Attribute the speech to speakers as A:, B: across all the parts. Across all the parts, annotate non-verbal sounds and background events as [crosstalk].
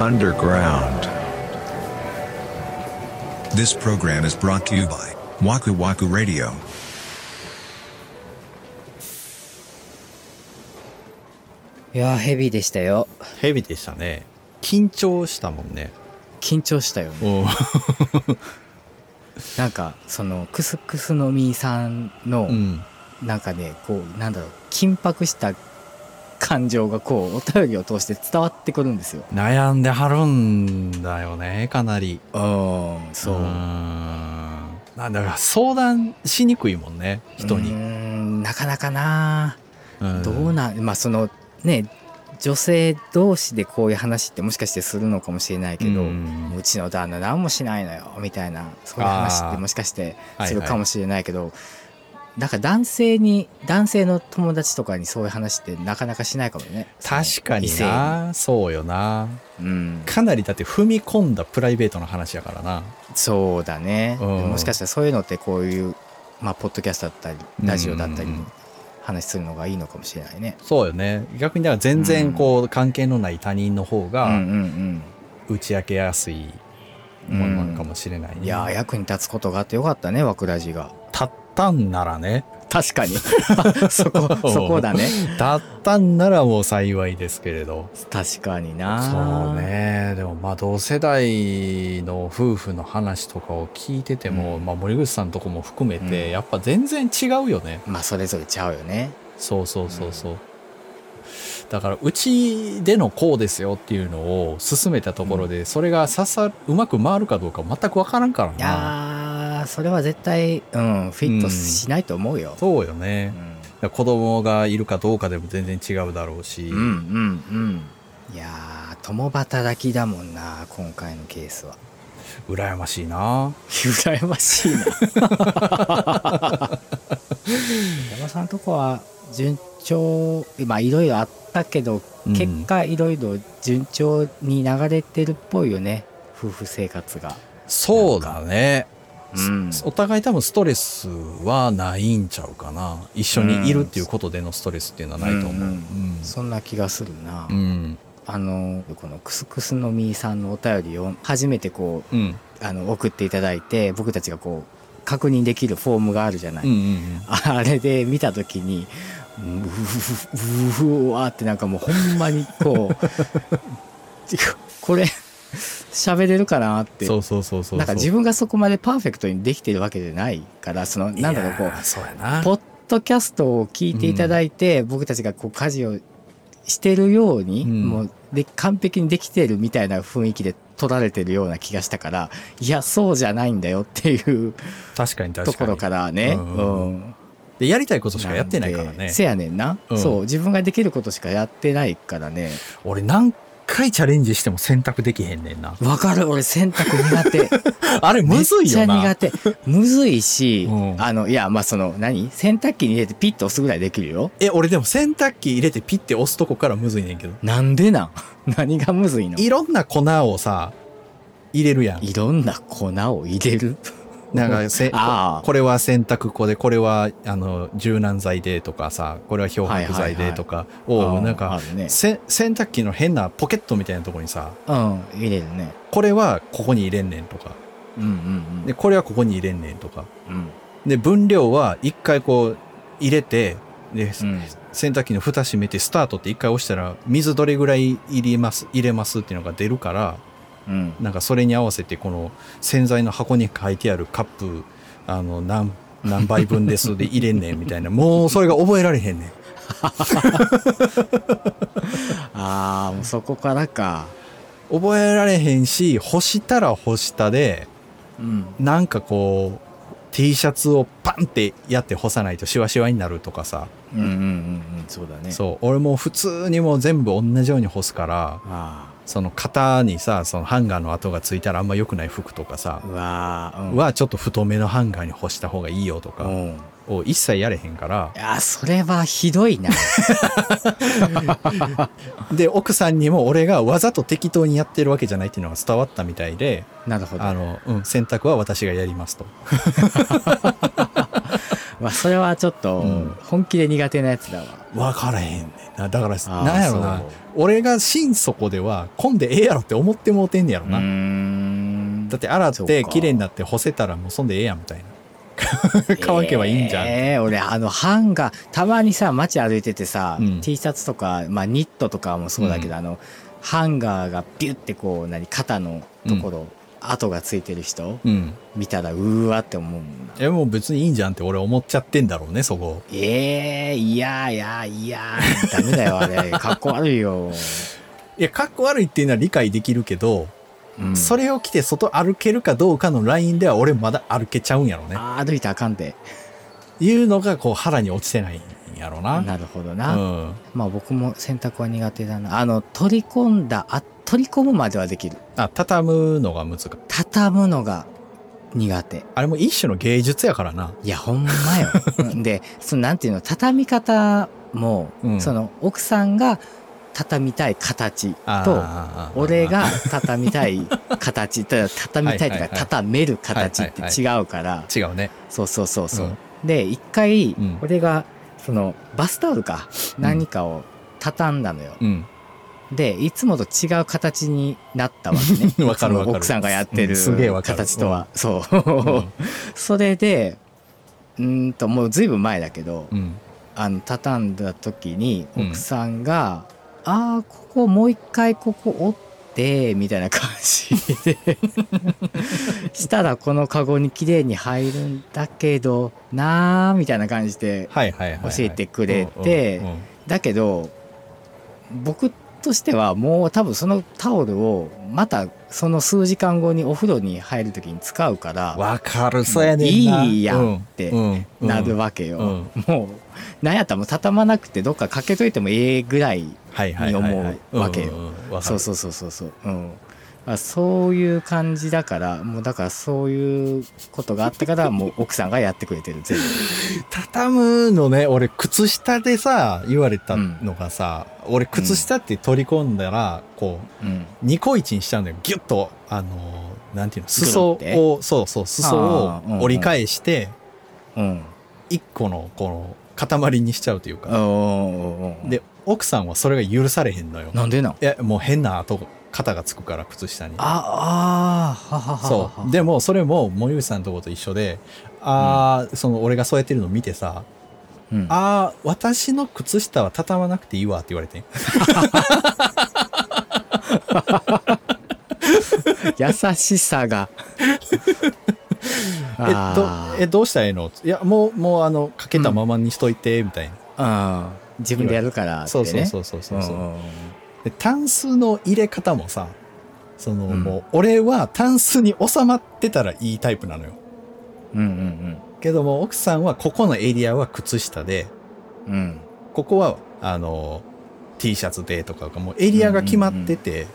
A: underground.
B: This program is brought to you by Waku Waku Radio.
C: いやーヘビーでしたよ
D: ヘビでしたね緊張したもんね
C: 緊張したよ
D: お
C: [laughs] なんかそのクスクスのみさんの
D: うん
C: 中でこうなんだろう緊迫した感情がこうお便りを通して伝わってくるんですよ
D: 悩んではるんだよねかなり
C: うん
D: う
C: そう
D: ーん
C: う
D: なんだか相談しにくいもんね人
C: ー
D: に
C: んなかなかな
D: うん
C: どうなんまあそのね女性同士でこういう話ってもしかしてするのかもしれないけど、
D: う
C: うんちの旦那何もしないのよみたいなそういう話ってもしかして
D: あー
C: する
D: はいはい
C: かもしれないけど、なんか男性に男性の友達とかにそういう話ってなかなかしないかもね
D: 確かに
C: その異
D: なそうよな
C: 性にうん、
D: かなりだって踏み込んだプライベートの話やからな
C: そうだね、
D: うん
C: もしかしたらそういうのってこういう、まあ、ポッドキャストだったりラジオだったり
D: うんうんうん
C: 話するのがいいのかもしれないね
D: そうよね逆にだから全然こう関係のない他人の方
C: うん
D: が
C: うん
D: 打ち明けやすいものなんかもしれない、
C: う
D: ね
C: んいやー役に立つことがあってよかったね枠ラジが
D: たったんならね
C: 確かに [laughs] そこそこだね
D: だったんならもう幸いですけれど
C: 確かに
D: そう
C: な
D: ねでもまあ同世代の夫婦の話とかを聞いてても、まあ、森口さんとこも含めて、
C: うん
D: やっぱ全然違うよね
C: まあそれぞれちゃうよね
D: そうそうそうそう、だからうちでのこうですよっていうのを勧めたところで、それが刺さるうまく回るかどうか全く分からんから
C: い
D: な
C: やーそれは絶対うんフィットしないと思うよ、
D: そうよね
C: う、ん、
D: だから子供がいるかどうかでも全然違うだろうし、
C: うんうんうんいやー共働きだもんな今回のケースは
D: 羨ましいな
C: [laughs] 羨ましいな [laughs] 山さんとこは順調まあいろいろあったけど
D: うん
C: 結果いろいろ順調に流れてるっぽいよね夫婦生活が
D: そうだね
C: うん
D: お互い多分ストレスはないんちゃうかな一緒にいるっていうことでのストレスっていうのはないと思う、
C: うん
D: う
C: うん
D: ん
C: そんな気がするな、
D: うん
C: あのこのクスクスのみーさんのお便りを初めてこ
D: うんうん
C: うあの送っていただいて僕たちがこう確認できるフォームがあるじゃない、
D: うん
C: あれで見た時にうんうふふうふわーってなんかもうほんまにこう [laughs] これ喋れるかなっ
D: うん
C: て
D: そうそうそうそう
C: なんか自分がそこまでパーフェクトにできてるわけじゃないからそのなんだろうこう
D: いやーそうやな
C: ポッドキャストを聞いていただいて、僕たちがこう家事をしてるように、
D: うん
C: もうで完璧にできてるみたいな雰囲気で取られてるような気がしたからいやそうじゃないんだよっていう
D: 確かに
C: と
D: 確
C: こ
D: か
C: ろ
D: に
C: からね。
D: うんうん
C: ん
D: でやりたいことしかやってないから
C: んで
D: ね
C: せやねんな、
D: うん
C: そう自分ができることしかやってないからね
D: 俺何回チャレンジしても選択できへんね
C: [laughs]
D: んな
C: わかる俺洗濯苦 [laughs] 手
D: あれむずいよ
C: め
D: な
C: っちゃ苦手むずいし、
D: うん
C: あのいやまあその何洗濯機に入れてピッと押すぐらいできるよ
D: え俺でも洗濯機入れてピッて押すとこからむずいねんけど
C: なんでなん [laughs] 何がむずいの
D: いろんな粉をさ入れるやん
C: いろんな粉を入れる。
D: なんかせ
C: ああ
D: これは洗濯粉でこれはあの柔軟剤でとかさこれは漂白剤でとかを、
C: あー
D: なん
C: あ
D: か、
C: るね。
D: せ洗濯機の変なポケットみたいなとこにさ
C: うん、入れるね。
D: これはここに入れんねんとか
C: うんうんうん。
D: でこれはここに入れんねんとか
C: うん
D: で分量は一回こう入れてで、
C: うん
D: 洗濯機の蓋閉めてスタートって一回押したら水どれぐらい入れます入れますっていうのが出るから
C: うん。
D: なんかそれに合わせてこの洗剤の箱に書いてあるカップあの何何杯分ですで入れんねんみたいな [laughs] もうそれが覚えられへんねん
C: ああ、もうそこからか。
D: 覚えられへんし干したら干したで
C: うん。
D: なんかこう T シャツをパンってやって干さないとシワシワになるとかさ、
C: うんうんうんうん。そうだね。う。
D: そう俺もう普通にもう全部同じように干すから
C: あ
D: その型にさそのハンガーの跡がついたらあんま良くない服とかさ
C: あ。、うわあ。うん。
D: はちょっと太めのハンガーに干した方がいいよと
C: う
D: か
C: ん。
D: を一切やれへんから
C: いやー、それはひどい
D: [laughs]
C: な。
D: で奥さんにも俺がわざと適当にやってるわけじゃないっていうのが伝わったみたいで
C: なるほ
D: あ
C: ど。
D: の、うん、洗濯は私がやりますと
C: まあ、それはちょっと
D: うん
C: 本気で苦手なやつだわ、
D: 分からへんねんなだから
C: ー
D: なんやろな
C: そう
D: 俺が心底では混んでええやろって思ってもうてんねやろ
C: うー
D: な、
C: ん
D: だって洗っ
C: そう
D: て
C: か
D: 綺麗になって干せたらもうそんでええやんみたいな [laughs] 乾けばいいんじゃん、
C: えー俺あのハンガーたまにさ街歩いててさ、
D: うん
C: T シャツとか、まあ、ニットとかもそうだけど、
D: う
C: あのハンガーがビュってこう何肩のところ、跡がついてる人
D: うん
C: 見たらうーわって思うもんな
D: えもう別にいいんじゃんって俺思っちゃってんだろうねそこ
C: えー、いやいやいやダメだよあれかっこ悪い
D: [laughs]
C: よ、
D: いやかっこ悪いっていうのは理解できるけど、
C: うん
D: それを着て外歩けるかどうかのラインでは俺まだ歩けちゃうんやろね
C: あー歩いたらあかんで
D: いうのがこう腹に落ちてないんやろな
C: なるほど
D: う
C: な、
D: ん
C: まあ僕も洗濯は苦手だなあの取り込んだあ取り込むまではできる
D: あ畳むのが難しい
C: 畳むのが苦手
D: あれも一種の芸術やからない
C: やほんま
D: [laughs]
C: ようんでそのなんていうの畳み方も、
D: うん
C: その奥さんが畳みたい形と
D: あー
C: 俺が畳みた
D: [laughs]
C: い形ただ畳みたいと
D: はいいうは
C: か
D: いはい
C: 畳める形って違うから
D: 違うね
C: そうそうそうそう、
D: うん
C: で一回
D: うん
C: 俺がそのバスタオルか
D: ん
C: 何かを畳んだのよ、
D: うん
C: でいつもと違う形になったわけね
D: [laughs] わかるわかる
C: その奥さんがやって
D: う
C: る
D: んすげえわかる
C: 形とは、そう、 [laughs] それでうーんともうずいぶん前だけど、
D: うん
C: あの畳んだ時に
D: うん
C: 奥さんが「ああここもう一回ここ折って」みたいな感じで
D: [laughs]
C: したらこのカゴに綺麗に入るんだけどなーみたいな感じで
D: はいはいはいはい
C: 教えてくれて
D: うんうんうん
C: だけど僕としてはもう多分そのタオルをまたその数時間後にお風呂に入る時に使うから
D: わかるそうやねんない
C: いやんって
D: うんうん
C: なるわけよ、
D: うん
C: もうなんやったらもう畳まなくてどっかかけといてもええぐらい
D: はいはいはいはい
C: に思うわけよ
D: んんんわか
C: そ
D: る
C: うそうそうそうそううんあそういう感じだからもうだからそういうことがあった
D: [laughs]
C: からもう奥さんがやってくれてる全部
D: 畳むのね俺靴下でさ言われたのがさ、俺靴下って取り込んだら、こう
C: うん
D: ニコイチにしちゃうのよギュッとあのーなんていうの裾
C: ぐるっ
D: をそうそう裾
C: あーうんう
D: を
C: ん
D: 折り返して
C: うん
D: 一個のこの塊にしちゃうという
C: おー
D: か、
C: おーおー
D: で奥さんはそれが許されへんのよ
C: なんでなん
D: いやもう変な跡肩がつくから靴下に
C: ああーはははは
D: そ
C: は
D: う。でも、それも森口さんのとこと一緒で、ああ、その、俺がそうやってるの見てさ、
C: うん
D: ああ、私の靴下は畳まなくていいわって言われてん。
C: 優しさ
D: [laughs]
C: が
D: え
C: あ
D: ど、
C: ー
D: え、どうしたらいいのいや、もう、もう、あの、かけたままにしといて、みたいな。
C: あー自分でやるからってね
D: そうそうそうそうそう。
C: んんん
D: で、タンスの入れ方もさ、その、
C: うん
D: もう、俺はタンスに収まってたらいいタイプなのよ。
C: うん
D: けども、奥さんは、ここのエリアは靴下で、
C: うんうんうん
D: ここは、あの、T シャツでとか、もうエリアが決まってて、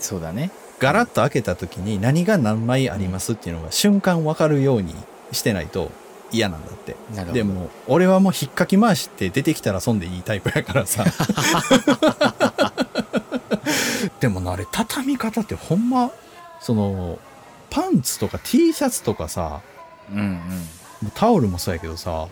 C: そうだね
D: ガラッと開けた時に何が何枚ありますっていうのが瞬間分かるようにしてないと嫌なんだって。
C: なるほど
D: でも、俺はもう引っかき回して出てきたらそんでいいタイプやから [laughs] さ。でもな、あれ、畳み方ってほんま、その、パンツとか T シャツとかさ、
C: うんうん
D: タオルもそうやけどさ、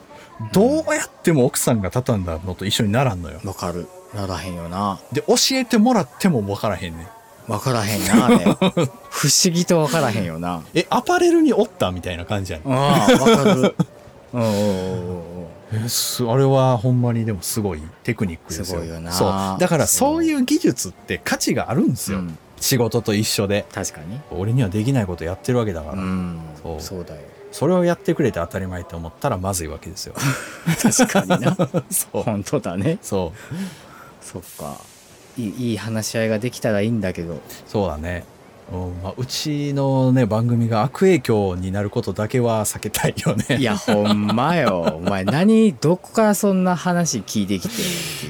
D: どうやっても奥さんが畳んだのと一緒にならんのよ。
C: わかる。ならへんよな。
D: で、教えてもらっても分からへんねん。
C: わからへんな、あれ。
D: [laughs]
C: 不思議とわからへんよな。
D: え、アパレルにおったみたいな感じやねん。
C: ああ、わかる。うんうんうんうん。
D: えすあれはほんまにでもすごいテクニックですよ
C: すごいよな
D: そうだから
C: そう
D: そういう技術って価値があるんですよ、
C: うん
D: 仕事と一緒で
C: 確かに。
D: 俺にはできないことやってるわけだから、
C: うん。
D: そう
C: そうだよ。
D: それをやってくれて当たり前って思ったらまずいわけですよ
C: 確かにな。
D: [laughs] そう
C: 本当だね。
D: [laughs] そう
C: そっか。いいいい話し合いができたらいいんだけど。
D: [laughs] そうだねうんまあ、うちのね番組が悪影響になることだけは避けたいよね
C: いや、ほんまよ。お前、何、どこからそんな話聞いてきて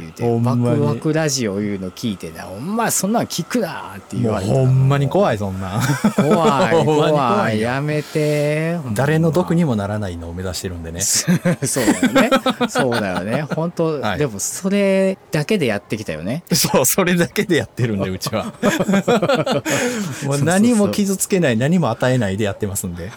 C: んって
D: ほ
C: 言
D: ん
C: うて、
D: ま
C: ワ
D: に
C: クワクラジオいうの聞いてな、お前、そんなん聞くなって言
D: もう
C: われた。
D: ほんまに怖
C: い。
D: いそんな
C: 怖い、
D: [laughs] ほんまに
C: 怖
D: 怖い
C: い。
D: よ
C: やめて。
D: 誰の毒
C: に
D: にもならないのを目指してるんで
C: [laughs]
D: ね
C: そうだよね。そうだよね。本当、
D: はい
C: でもそれだけでやってきたよね。
D: [laughs] そう、それだけでやって [laughs] るんで、うちは。もう何も傷つけない、何も与えないでやってますんで。